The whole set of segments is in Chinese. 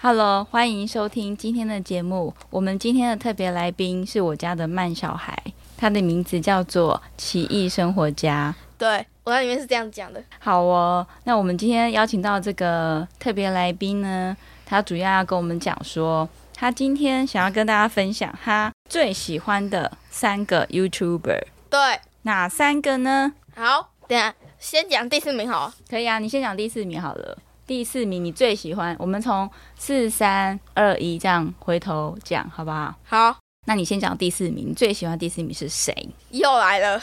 Hello，欢迎收听今天的节目。我们今天的特别来宾是我家的慢小孩，他的名字叫做奇异生活家。对，我在里面是这样讲的。好哦，那我们今天邀请到这个特别来宾呢，他主要要跟我们讲说，他今天想要跟大家分享他最喜欢的三个 YouTuber，对，哪三个呢？好，等一下先讲第四名好了。可以啊，你先讲第四名好了。第四名你最喜欢，我们从四三二一这样回头讲好不好？好，那你先讲第四名，你最喜欢第四名是谁？又来了，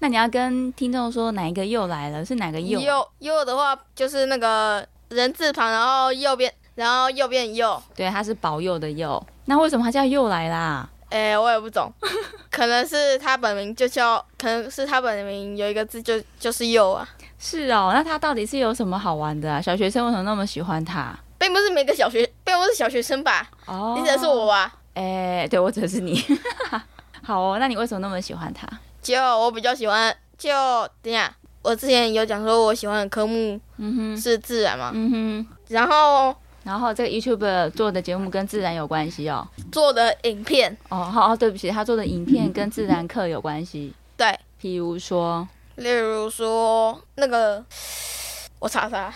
那你要跟听众说哪一个又来了？是哪个又？右右的话就是那个人字旁，然后右边，然后右边右。对，他是保佑的佑。那为什么他叫又来啦？哎、我也不懂， 可能是他本名就叫，可能是他本名有一个字就就是右啊，是哦，那他到底是有什么好玩的啊？小学生为什么那么喜欢他？并不是每个小学，并不是小学生吧？哦你指的是我？啊吧？哎、对，我指的是你。 好哦，那你为什么那么喜欢他？就我比较喜欢，就等一下，我之前有讲说我喜欢的科目嗯哼，是自然嘛，嗯哼。然后然后这个 YouTube 做的节目跟自然有关系哦。做的影片，哦，好、哦，对不起，他做的影片跟自然课有关系，对，譬如说，例如说那个，我查查，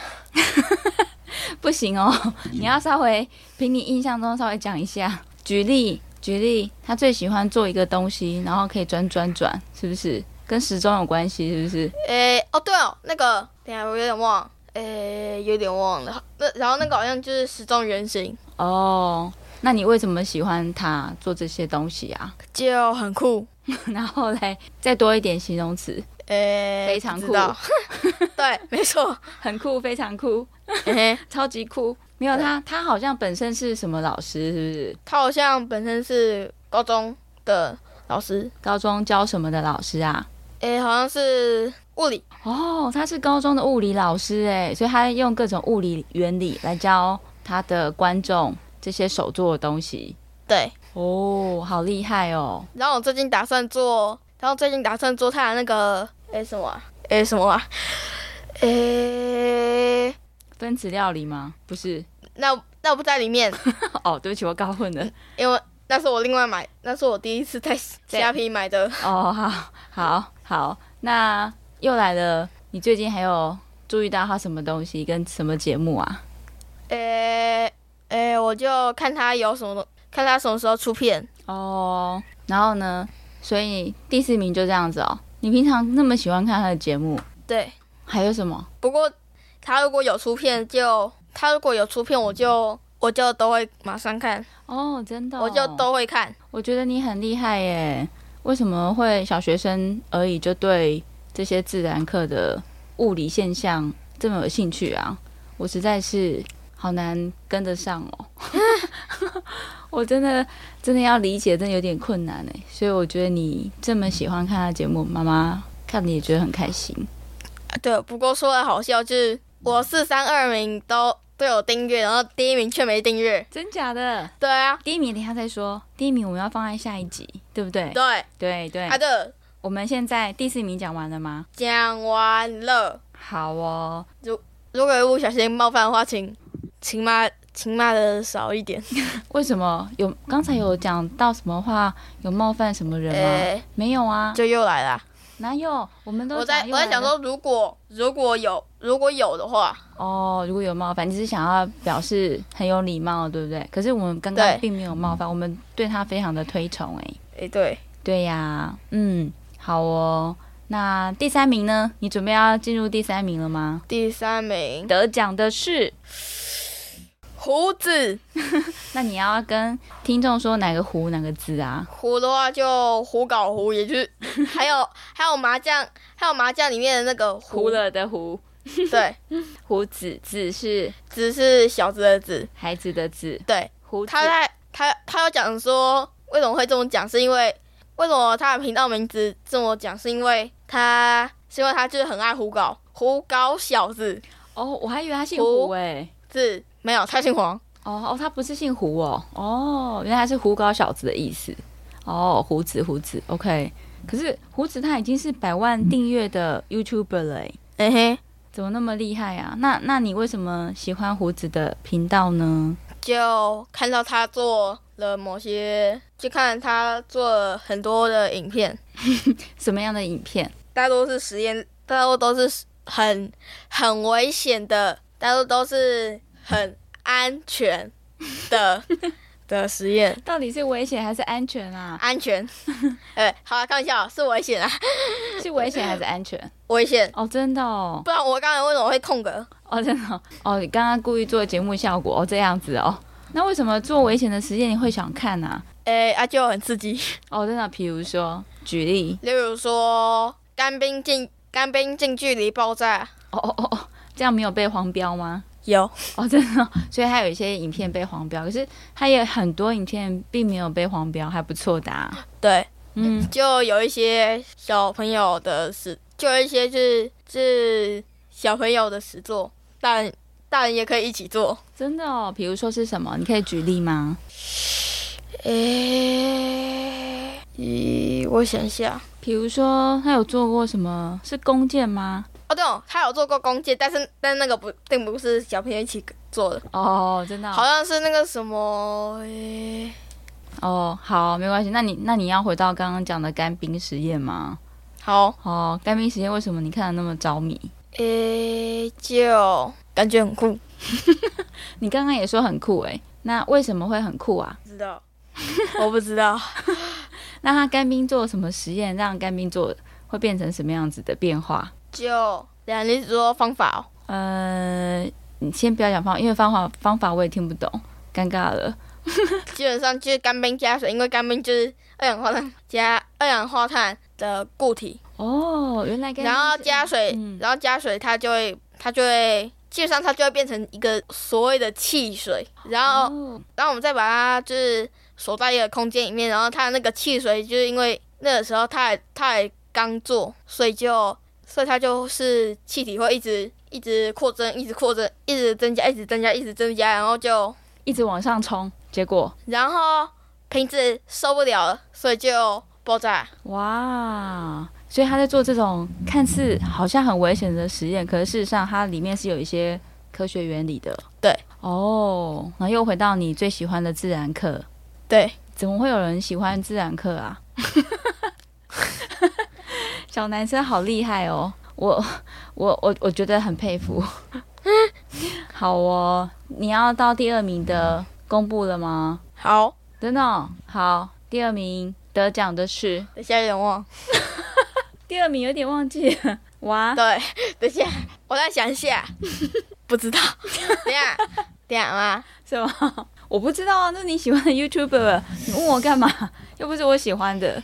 不行哦，你要稍微凭你印象中稍微讲一下，举例举例，他最喜欢做一个东西，然后可以转转转，是不是？跟时钟有关系，是不是？诶、哦对哦，那个，等一下我有点忘了，诶、有点忘了。那然后那个好像就是时钟原型，哦，那你为什么喜欢他做这些东西啊？ 就很酷，然后嘞，再多一点形容词，诶、非常酷不知道 对，没错，很酷，非常酷，嘿嘿超级酷。没有他，他好像本身是什么老师，是不是？他好像本身是高中的老师，高中教什么的老师啊？诶、好像是物理，哦，他是高中的物理老师哎，所以他用各种物理原理来教他的观众这些手做的东西。对。哦，好厉害 哦！然后我最近打算做，然后最近打算做他的那个，诶、什么、啊？诶、什么、啊？诶、分子料理吗？不是，那那不在里面， 哦，对不起，我搞混了。因为那是我另外买，那是我第一次在对虾皮买的。哦，好，好，好，那又来了。你最近还有注意到他什么东西跟什么节目啊？诶、诶、我就看他有什么东，看他什么时候出片。哦，然后呢？所以第四名就这样子哦。你平常那么喜欢看他的节目，对，还有什么？不过他如果有出片就，他如果有出片，我就我就都会马上看，哦，真的哦、我就都会看。我觉得你很厉害耶！为什么会小学生而已就对这些自然课的物理现象这么有兴趣啊？我实在是好难跟得上哦， 我真的真的要理解，真的有点困难哎。所以我觉得你这么喜欢看他节目，妈妈看你也觉得很开心。啊对，不过说来好笑，就是我四三二名都都有订阅，然后第一名却没订阅。真假的？对啊，第一名等一下再说，第一名我们要放在下一集，对不对？对，对对啊，对，我们现在第四名讲完了吗？讲完了。好哦，如果有不小心冒犯的话，请请骂请骂的少一点。为什么有刚才有讲到什么话有冒犯什么人吗？诶没有啊，呃就又来啦。哪有？我们都我在讲又我来在想了说，如果如果有如果有的话，哦，如果有冒犯，你是想要表示很有礼貌，对不对？可是我们刚刚对并没有冒犯，我们对他非常的推崇、诶。诶，对，对呀、嗯，好哦。那第三名呢？你准备要进入第三名了吗？第三名得奖的是，胡子那你要跟听众说哪个胡哪个字啊？胡的话就胡搞胡，也就是 还有还有麻将还有麻将里面的那个胡了的胡，对，胡子子是子是小子的子，孩子的子，对，胡子他在他他有讲说为什么会这么讲，是因为为什么他的频道名字这么讲，是因为他是因为他就是很爱胡搞胡搞小子哦，我还以为他姓胡胡哎、是没有蔡姓黄，哦哦，他不是姓胡哦，哦，原来是胡搞小子的意思。哦，胡子胡子，OK。可是胡子他已经是百万订阅的 YouTuber 了、欸，嗯哼，怎么那么厉害啊？那那你为什么喜欢胡子的频道呢？就看到他做了某些，就看他做了很多的影片，什么样的影片？大多是实验，大多都是很很危险的，大多都是很安全 的的实验，到底是危险还是安全啊？安全。 哎，好了，开玩笑，是危险啊， 是危险还是安全？危险。 哦，真的哦，不然我刚才为什么会空格？哦，真的哦，哦，你刚刚故意做节目效果哦，这样子哦。那为什么做危险的实验你会想看啊？哎、啊，就很刺激。哦，真的，比如说举例， 例如说，干冰近干冰近距离爆炸，哦哦哦哦，这样没有被黄标吗？有哦，真的哦、 所以还有一些影片被黄标，可是它也很多影片并没有被黄标，还不错的、啊。对，嗯，就有一些小朋友的实，就有一些是是小朋友的实作，但大人也可以一起做。真的哦，比如说是什么？你可以举例吗？诶、咦，我想一下，比如说他有做过什么？是弓箭吗？哦对哦，他有做过弓箭，但是但那个不并不是小朋友一起做的，哦，真的哦、好像是那个什么，诶、哦，好，没关系。那你那你要回到刚刚讲的干冰实验吗？好，哦，干冰实验为什么你看的那么着迷？诶、就感觉很酷，你刚刚也说很酷诶、欸那为什么会很酷啊？不知道，我不知道。那他干冰做了什么实验，让干冰做会变成什么样子的变化？ 就两你是说方法哦，呃，你先不要讲方，因为方法方法我也听不懂，尴尬了。基本上就是干冰加水，因为干冰就是二氧化碳加二氧化碳的固体，哦，原来干冰然后是加水，嗯然后加水它就会它就会基本上它就会变成一个所谓的汽水，然后、哦然后我们再把它就是锁在一个空间里面，然后它的那个汽水就是因为那个时候它还它还刚做，所以就所以它就是气体会一直一直扩增，一直扩增，一直增加，一直增加，一直增加，然后就一直往上冲，结果然后瓶子受不了了，所以就爆炸。哇，所以他在做这种看似好像很危险的实验，可是事实上它里面是有一些科学原理的。对，哦，然后又回到你最喜欢的自然课，对，怎么会有人喜欢自然课啊？ 小男生好厉害哦，我我我我觉得很佩服。好哦，你要到第二名的公布了吗？好，真的哦、好，第二名得奖的是等一下有点忘。第二名，有点忘记 了。哇，对，等一下我再想一下，不知道。 等一下，等一下啊吗？什么？我不知道啊，那是你喜欢的 YouTuber，你问我干嘛？又不是我喜欢的。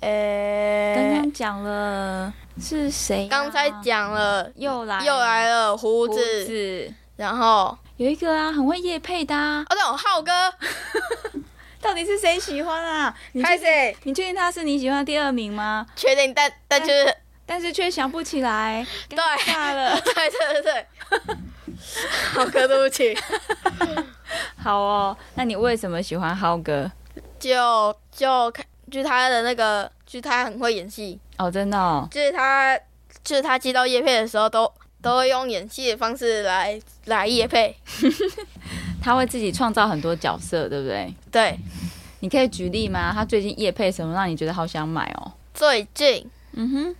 呃，刚刚讲了是谁、啊刚才讲了，又来又来了胡胡子，子，然后有一个啊，很会夜配的、啊，哦，对，浩哥，到底是谁喜欢啊？你确开始你确定他是你喜欢的第二名吗？确定，但但就是但是却想不起来，对尴尬了。对对对对，浩哥，对不起， 好哦，那你为什么喜欢浩哥？就就看，就是他的那个，就是他很会演戏，哦，真的哦，就是他就是他接到叶配的时候都。都会用演戏的方式来来叶配，他会自己创造很多角色，对不对？对，你可以举例吗？他最近夜配什么让你觉得好想买哦？最近嗯哼，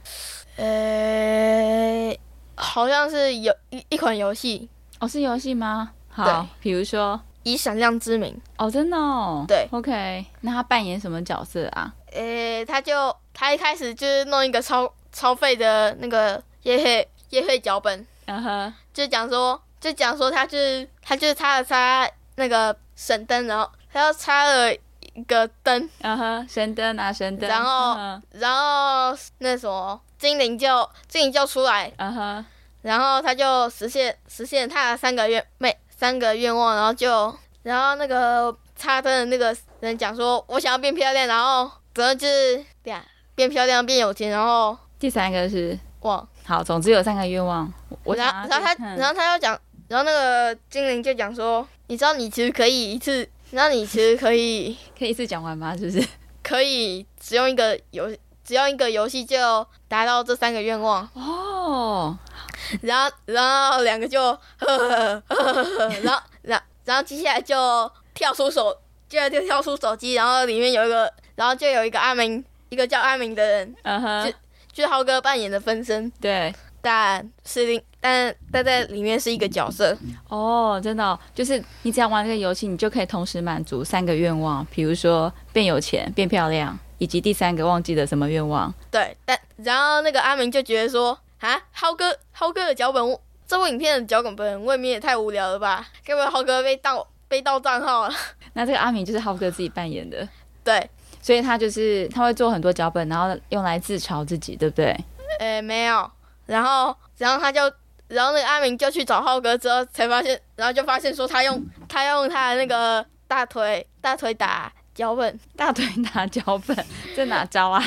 呃，好像是有一一款游戏哦，是游戏吗？好对，比如说，以闪亮之名，哦，真的哦，对，OK，那他扮演什么角色啊？诶、他就他一开始就是弄一个超超费的那个叶黑叶黑脚本，嗯哼，就讲说就讲说他就是他就是擦了擦那个神灯，然后他又擦了一个灯，嗯哼，神灯啊，神灯，然后嗯哼然后那什么精灵就精灵就出来，嗯哼，然后他就实现实现他的三个愿每三个愿望，然后就然后那个插灯的那个人讲说，我想要变漂亮，然后主要就是对啊，变漂亮变有钱，然后第三个是，哇，好，总之有三个愿望，我我然想要后然后他去看然后他又讲，然后那个精灵就讲说，你知道你其实可以一次，你知道你其实可以 可以一次讲完吗？是不是？可以只用一个游只用一个游戏就达到这三个愿望，哦， 然后然后两个就呵呵呵呵呵，然后然然后接下来就跳出手，接下来就跳出手机，然后里面有一个，然后就有一个阿明，一个叫阿明的人，嗯哼，就是豪哥扮演的分身，对，但是另但但在里面是一个角色，哦，真的哦、就是你只要玩这个游戏，你就可以同时满足三个愿望，比如说变有钱、变漂亮，以及第三个忘记了什么愿望。对，但然后那个阿明就觉得说，啊，浩哥，浩哥的脚本，这部影片的脚本未免也太无聊了吧？该不会浩哥被盗被盗账号了？ 那这个阿明就是浩哥自己扮演的，对，所以他就是他会做很多脚本，然后用来自嘲自己，对不对？诶，呃没有。然后，然后他就，然后那个阿明就去找浩哥，之后才发现，然后就发现说他用他用他的那个大腿大腿打脚本，大腿打脚本，这哪招啊？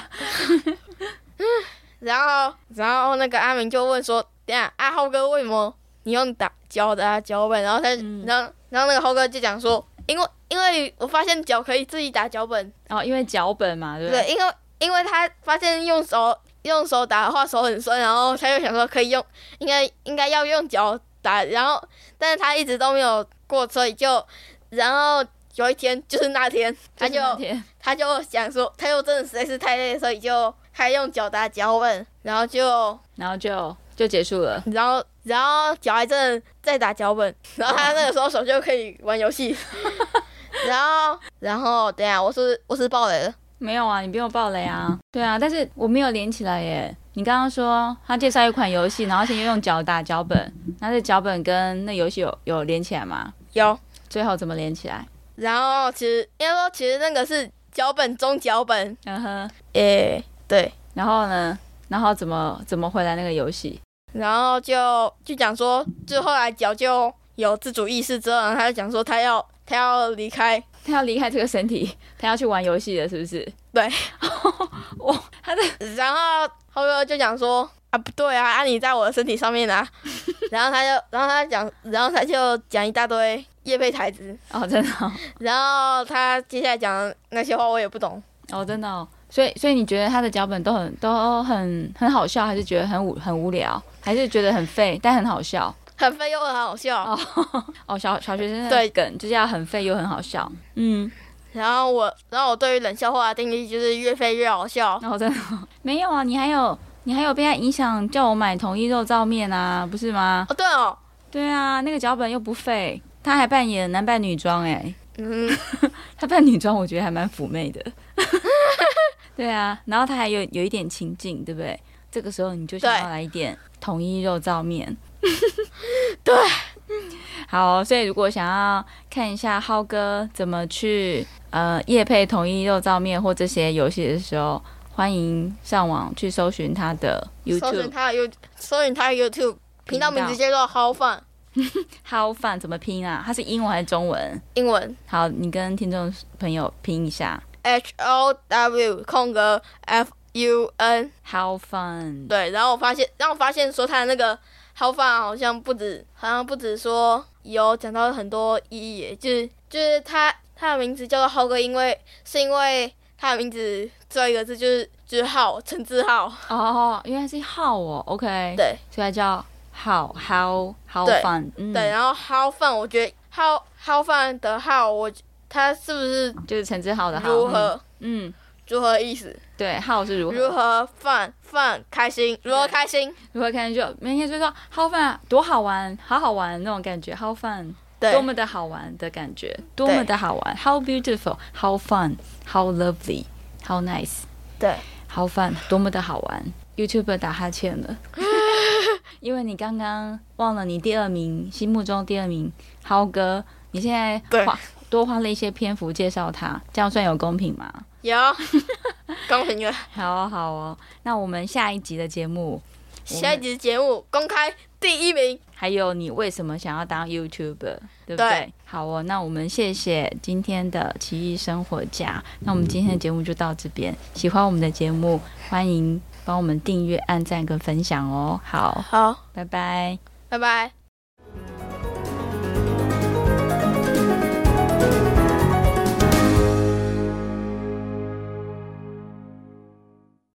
然后，然后那个阿明就问说：“等一下，阿、啊、浩哥为什么你用打脚的啊脚本？”然后他，嗯然后，然后那个浩哥就讲说：“因为，因为我发现脚可以自己打脚本，哦，因为脚本嘛，对不对？对，因为，因为他发现用手用手打的话手很酸，然后他就想说可以用，应该应该要用脚打，然后，但是他一直都没有过，所以就，然后有一天就是那天，他就是就那天他就想说，他又真的实在是太累，所以就他用脚打脚本，然后就。”然后就就结束了。然后然后脚还真的在打脚本，然后他那个时候手就可以玩游戏，然后然后等一下我是不是我是爆雷了，没有啊，你不用爆雷啊。对啊，但是我没有连起来耶。你刚刚说他介绍一款游戏，然后先用脚打脚本，那这脚本跟那游戏有有连起来吗？有，最后怎么连起来？然后其实应该说其实那个是脚本中脚本，嗯哼，诶对，然后呢？然后怎么怎么回来那个游戏？然后就就讲说，就后来脚就有自主意识之后，然后他就讲说他要他要离开，他要离开这个身体， 他要去玩游戏了，是不是？对，哇，他的然后后哥就讲说啊，不对啊，啊你在我的身体上面啊，然后他就，然后他讲，然后他就讲一大堆叶配台词，哦，真的哦，然后他接下来讲的那些话我也不懂，哦真的哦。所以，所以你觉得他的脚本都很都很很好笑，还是觉得很无很无聊，还是觉得很废但很好笑？很废又很好笑。哦哦，小小学生的对梗就是要很废又很好笑，嗯，然后我，然后我对于冷笑话的定义就是越废越好笑。然后哦真的 没有啊，你还有你还有被他影响叫我买同一肉燥面啊，不是吗？哦，对哦，对啊，那个脚本又不废，他还扮演男扮女装哎、嗯，他扮女装我觉得还蛮妩媚的， 对啊，然后他还有有一点情境，对不对？这个时候你就想对要来一点统一肉燥面， 对，好，所以如果想要看一下浩哥怎么去呃夜配统一肉燥面或这些游戏的时候，欢迎上网去搜寻他的搜寻 YouTube 他的 You，搜寻他的 YouTube 频道名字叫做 How Fun， How Fun 怎么拼啊？它是英文还是中文？英文好，你跟听众朋友拼一下 H O W 空格 F U N。 How Fun。对，然后我发现，然后我发现说他的那个好法好像不止，好像不止说有讲到很多意义耶，就是就是他他的名字叫做浩哥，因为是因为他的名字最后一个字就是就是浩，陈志浩，哦，原来是浩哦，OK，对、所以它叫 How How How 对 Fun，嗯，对，，啊然后浩范，我觉得浩浩范的浩，我他是不是就是陈志浩的浩，如何、嗯？嗯，如何意思？对，浩是如何如何放放开心？如何对开心？如何看就每天就说 How Fun 啊多好玩，好好玩那种感觉，How Fun。对多么的好玩的感觉，多么的好玩，How beautiful, how fun, how lovely, how nice, 对 how fun，多么的好玩。YouTube 打哈欠了，因为你刚刚忘了你第二名，心目中第二名豪哥，你现在对花多花了一些篇幅介绍他，这样算有公平吗？有 公平了。好哦好哦，那我们下一集的节目下一集节目公开第一名。还有你为什么想要当 YouTuber，对不对？对好哦，那我们谢谢今天的奇异生活家，那我们今天的节目就到这边。喜欢我们的节目，欢迎帮我们订阅、按赞跟分享哦。好，好，拜拜。拜拜。